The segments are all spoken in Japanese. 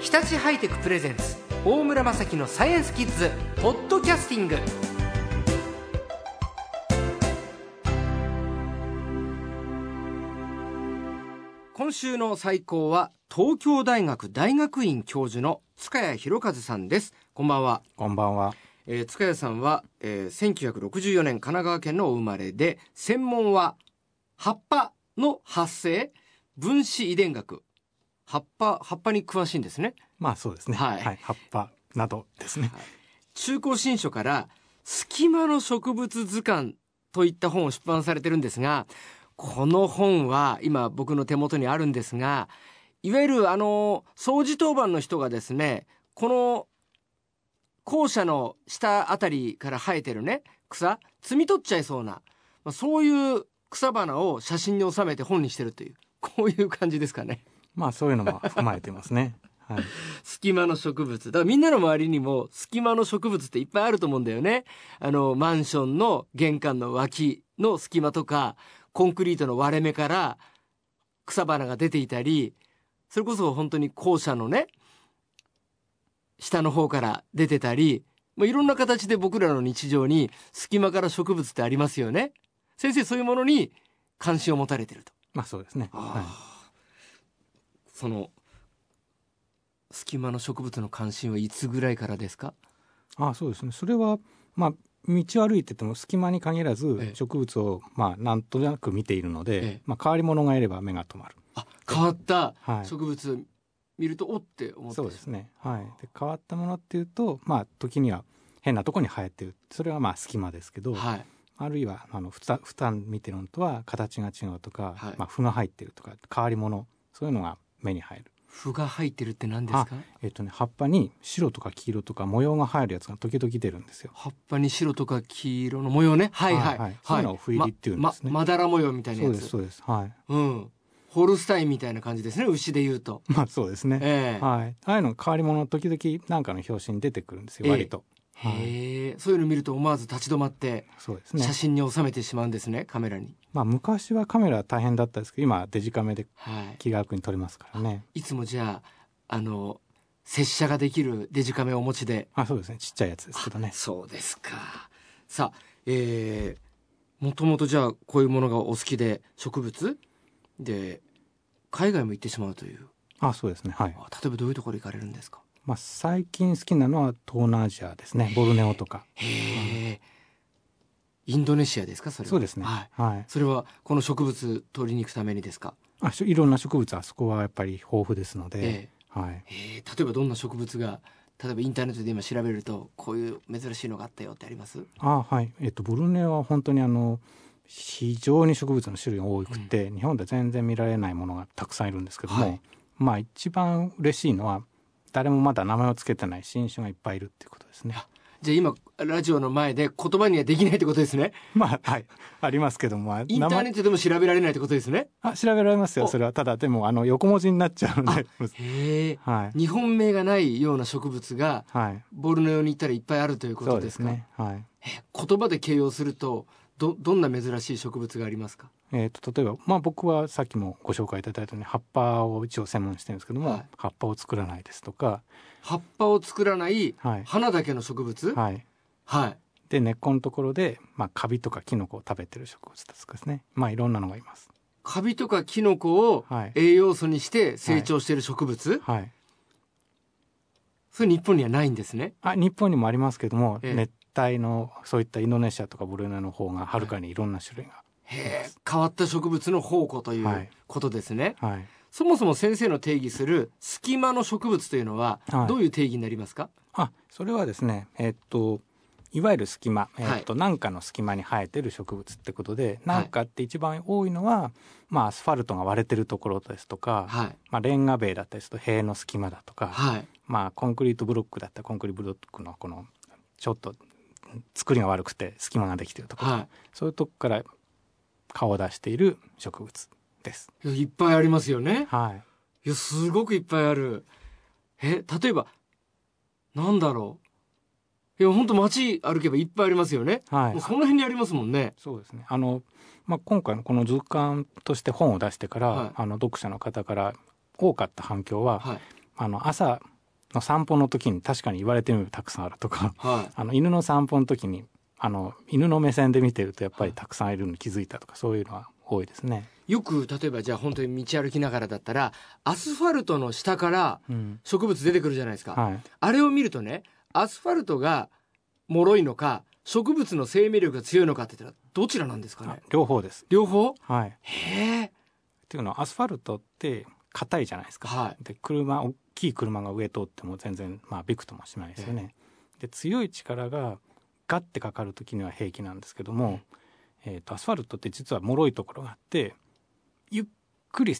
日立ハイテクプレゼンツ大村雅樹のサイエンスキッズポッドキャスティング今週の最高は東京大学大学院教授の塚谷博和さんですこんばんはこんばんは。えー、塚谷さんは、えー、1964年神奈川県のお生まれで専門は葉っぱの発生分子遺伝学葉っぱ葉っぱに詳しいんですねまあそうですね。はい葉っぱなどですね。中高新書から「隙間の植物図鑑」といった本を出版されてるんですがこの本は今僕の手元にあるんですがいわゆるあの掃除当番の人がですねこの校舎の下あたりから生えてるね草摘み取っちゃいそうな、まあ、そういう草花を写真に収めて本にしてるというこういう感じですかね。 まあそういうのも含まれてますね。はい。隙間の植物。だからみんなの周りにも隙間の植物っていっぱいあると思うんだよね。あの、マンションの玄関の脇の隙間とか、コンクリートの割れ目から草花が出ていたり、それこそ本当に校舎のね、下の方から出てたり、まあ、いろんな形で僕らの日常に隙間から植物ってありますよね。先生、そういうものに関心を持たれてると。まあそうですね。はあーその隙間の植物の関心はいつぐらいからですかい。ああそうですね。それはまあ道を歩いてても隙間に限らえずえ植物をまあなんとなく見ているので、ええまあ変わり者がいれば目が止まる。あ変わったはい。植物見るとおって思ってそうですね。はい。で変わったものっていうとまあ時には変なとこに生えてる。それはまあ隙間ですけど、はいあるいはあのふた負担見てるのとは形が違うとか、はいまあ符が入ってるとか変わり者そういうのが目に入る。符が入ってるって何ですかえっとね、葉っぱに白とか黄色とか模様が入るやつが時々出るんですよ。葉っぱに白とか黄色の模様ねはいはいはいはいそういうのを斑入りっていうんですねまままだら模様みたいなそやうつですそうです。はい。 うんホルスタインみたいな感じですね牛で言うとまあそうですね。ええはい。ああいうの変わり者時々なんかの表紙に出てくるんですええよ。割と。はい。へえそういうの見ると思わず立ち止まってそうですね写。真に収めてしまうんですねカメラにまあ昔はカメラ大変だったですけど、今はデジカメではい気が楽に撮れますからね。いつもじゃああの拙者ができるデジカメをお持ちであ、そうですね。ちっちゃいやつですけどね。そうですか。さあ、えー、もともとじゃあこういうものがお好きで植物で海外も行ってしまうという。あ、そうですね。はい。あ例えばどういうところ行かれるんですか。まあ最近好きなのは東南アジアですね。ボルネオとか。へえ。インドネシアですかそれは。そうですね。はい。はい。それはこの植物取りに行くためにですか。あ、しいろんな植物あそこはやっぱり豊富ですので。えはい。えへえ例えばどんな植物が例えばインターネットで今調べるとこういう珍しいのがあったよってあります。あはい、えっと、ボルネオは本当にあの非常に植物の種類が多くて、日本で全然見られないものがたくさんいるんですけども、はいまあ一番嬉しいのは誰もまだ名前をつけてない新種がいっぱいいるっていうことですね。じゃあ今ラジオの前で言葉にはできないってことですね。 まあはいありますけども、まあ、インター名ネ前ットでも調べられないってことですね。あ調べられますおよそれはただでもあの横文字になっちゃうのでへえ。はい日本名がないような植物がはいボルネオに行ったらいっぱいあるというこそとうでですすかねはい。言葉で形容するとどどんな珍しい植物がありますかえー、と例えば、まあ、僕はさっきもご紹介いただいたように葉っぱを一応専門にしてるんですけども、はい葉っぱを作らないですとか、葉っぱを作らないはい花だけの植物はい、はい、で根っこのところで、まあ、カビとかキノコを食べてる植物とかですねまあいろんなのがいますカビとかキノコをはい栄養素にして成長している植物、はいそれ日本にはないんですねあ日本にもありますけども、ええ熱帯のそういったインドネシアとかボルネオの方がはるかにいろんな種類がへえ変わった植物の宝庫といはういことですね、はい、そもそも先生の定義する隙間の植物というのははいどういう定義になりますか、あそれはですねえっといわゆる隙間、えっとなんかの隙間に生えてる植物ってことで、なんかって一番多いのは、まあ、アスファルトが割れてるところですとか、はいまあ、レンガ塀だったりすると塀の隙間だとか、はいまあコンクリートブロックだったらコンクリートブロックのこのちょっと作りが悪くて隙間ができてるところ、はそういうとこから顔を出している植物です。いいやいっぱいありますよねはい。いや、すごくいっぱいある。え、例えば、なんだろう。いや、ほんと街歩けばいっぱいありますよね。はもうい。その辺にありますもんね。そうですね。あの、まあ、今回のこの図鑑として本を出してから、はいあの読者の方から多かった反響は、はい。あの朝の散歩の時に確かに言われてみるたくさんあるとか、 はあの犬の散歩の時にあの犬の目線で見てるとやっぱりたくさんいるのに気づいたとかそういうのは多いですね。い、よく例えばじゃあ本当に道歩きながらだったらアスファルトの下からうん、植物出てくるじゃないですか、はい、あれを見るとねアスファルトが脆いのか植物の生命力が強いのかって言ったらどちらなんですかあね両方です。両方はい、っへえていうのはアスファルトって硬いじゃないですか。はで車大きい車が上通っても全然、まあ、びくともしないですよね。で強い力がガッてかかる時には平気なんですけども、えー、とアスファルトって実は脆いところがあってゆっくり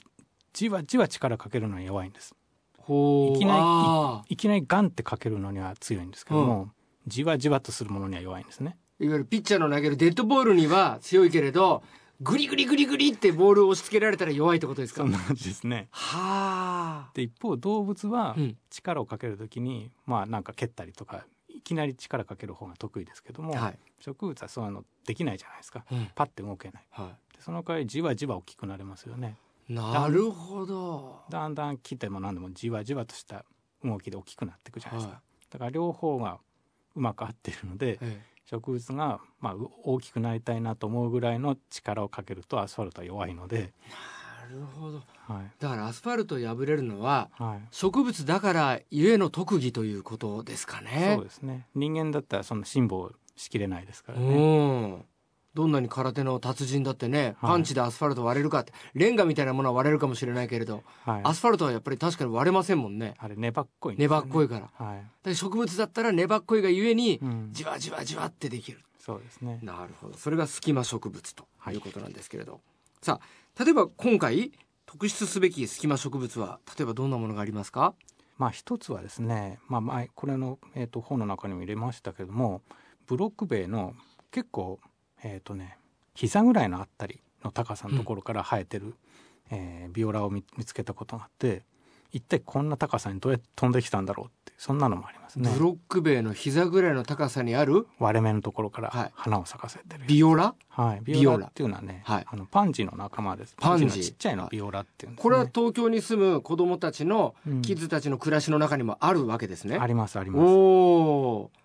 じわじわ力かけるのは弱いんです。ほういきなりあいきなりガンってかけるのには強いんですけども、じわじわとするものには弱いんですね。ーいわゆるピッチャーの投げるデッドボールには強いけれどグリグリグリグリってボールを押し付けられたら弱いってことですかそんな感じですね。はあで一方動物はうん力をかける時に、まあなんか蹴ったりとかいきなり力かける方が得意ですけども、はい、植物はそういうのできないじゃないですか。うんパッて動けない。はでその代わりじわじわ大きくなれますよね。い、なるほどだんだん木でも何でもじわじわとした動きで大きくなっていくじゃないですか。はだから両方がうまく合っているのでえ植物がまあう大きくなりたいなと思うぐらいの力をかけるとアスファルトは弱いので、えなるほどはいだからアスファルト破れるのははい、植物だからゆえの特技ということですかねそうですね人間だったらその辛抱をしきれないですからね。うん。どんなに空手の達人だってね、はいパンチでアスファルト割れるかって、レンガみたいなものは割れるかもしれないけれど、はい、アスファルトはやっぱり確かに割れませんもんね。あれ粘っこいんですよ粘ね、っこいから。はい、で植物だったら粘っこいがゆえにう、ん、じわじわじわってできる。そうですね。なるほど。それが隙間植物ということなんですけれど。さあ、例えば今回、特筆すべき隙間植物は、例えばどんなものがありますかまあ一つはですね、まあ前これのえっ、と本の中にも入れましたけども、ブロック塀の結構えっ、とね膝ぐらいのあったりの高さのところから生えてる、えービオラを見見つけたことがあって、一体こんな高さにどうやって飛んできたんだろうってそんなのもありますねブ。ロック塀の膝ぐらいの高さにある割れ目のところかはいら花を咲かせてる。ビオラはい、ビビオオララっていうのはね、はいあのパンジーの仲間です。パンジーのちっちゃいのビオラっていうんです、ね。これは東京に住む子供たちのうんキッズたちの暮らしの中にもあるわけですね。ありますあります。おー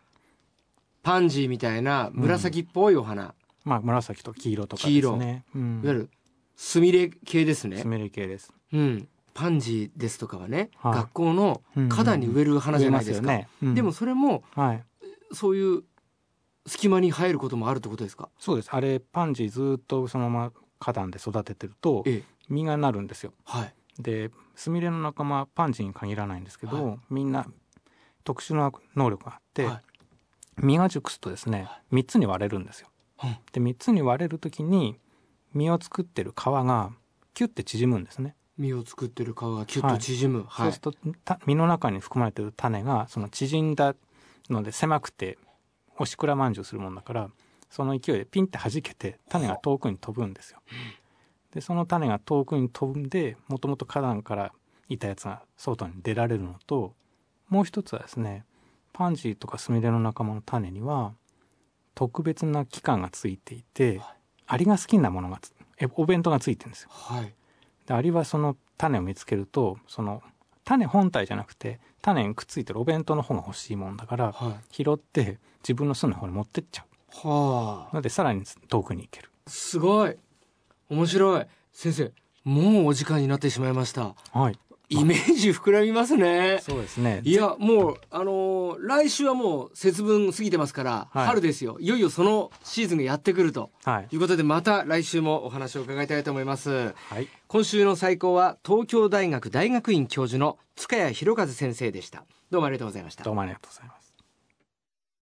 パンジーみたいな紫っぽいお花、まあ紫と黄色とか黄です色ね。うんいわゆるスミレ系ですねス。メル系です。うん、パンジーですとかはね、はい学校の花壇に植える花じゃないですか。植えますよねうんでもそれもはい、そういう隙間に生えることもあるってことですか。そうです。あれパンジーずっとそのまま花壇で育ててるとええ、実がなるんですよ。はい。で、スミレの仲間はパンジーに限らないんですけど、はみんな特殊な能力があって、はい実が熟すとですね、三つに割れるんですよ。うんで、三つに割れるときに実を作ってる皮がキュッて縮むんですね。実を作ってる皮がキュッと縮む。はい。そうするとた実の中に含まれてる種がその縮んだので狭くておしくらまんじゅうするもんだからその勢いでピンって弾けて種が遠くに飛ぶんですよ。でその種が遠くに飛んでもともと花壇からいたやつが外に出られるのともう一つはですねパンジーとかスミレの仲間の種には特別な器官がついていてはいアリが好きなものがつえお弁当がついてるんですよ。はい。でアリはその種を見つけるとその種本体じゃなくて種にくっついてるお弁当の方が欲しいもんだからはい。拾って自分の巣の方に持ってっちゃはうのでさらに遠くに行けるあ。すごい。面白い。先生、もうお時間になってしまいました。はいイメージ膨らみますね。そうですねいや、もう、あのー来週はもう節分過ぎてますから、はい春ですよ。いよいよそのシーズンがやってくると。はいということで、また来週もお話を伺いたいと思います。はい今週の最高は、東京大学大学院教授の塚谷博和先生でした。どうもありがとうございましたど。うもありがとうございます